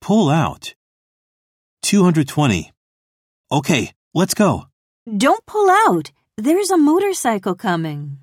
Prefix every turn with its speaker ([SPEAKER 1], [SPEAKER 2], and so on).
[SPEAKER 1] Pull out. 220. Okay, let's go.
[SPEAKER 2] Don't pull out. There's a motorcycle coming.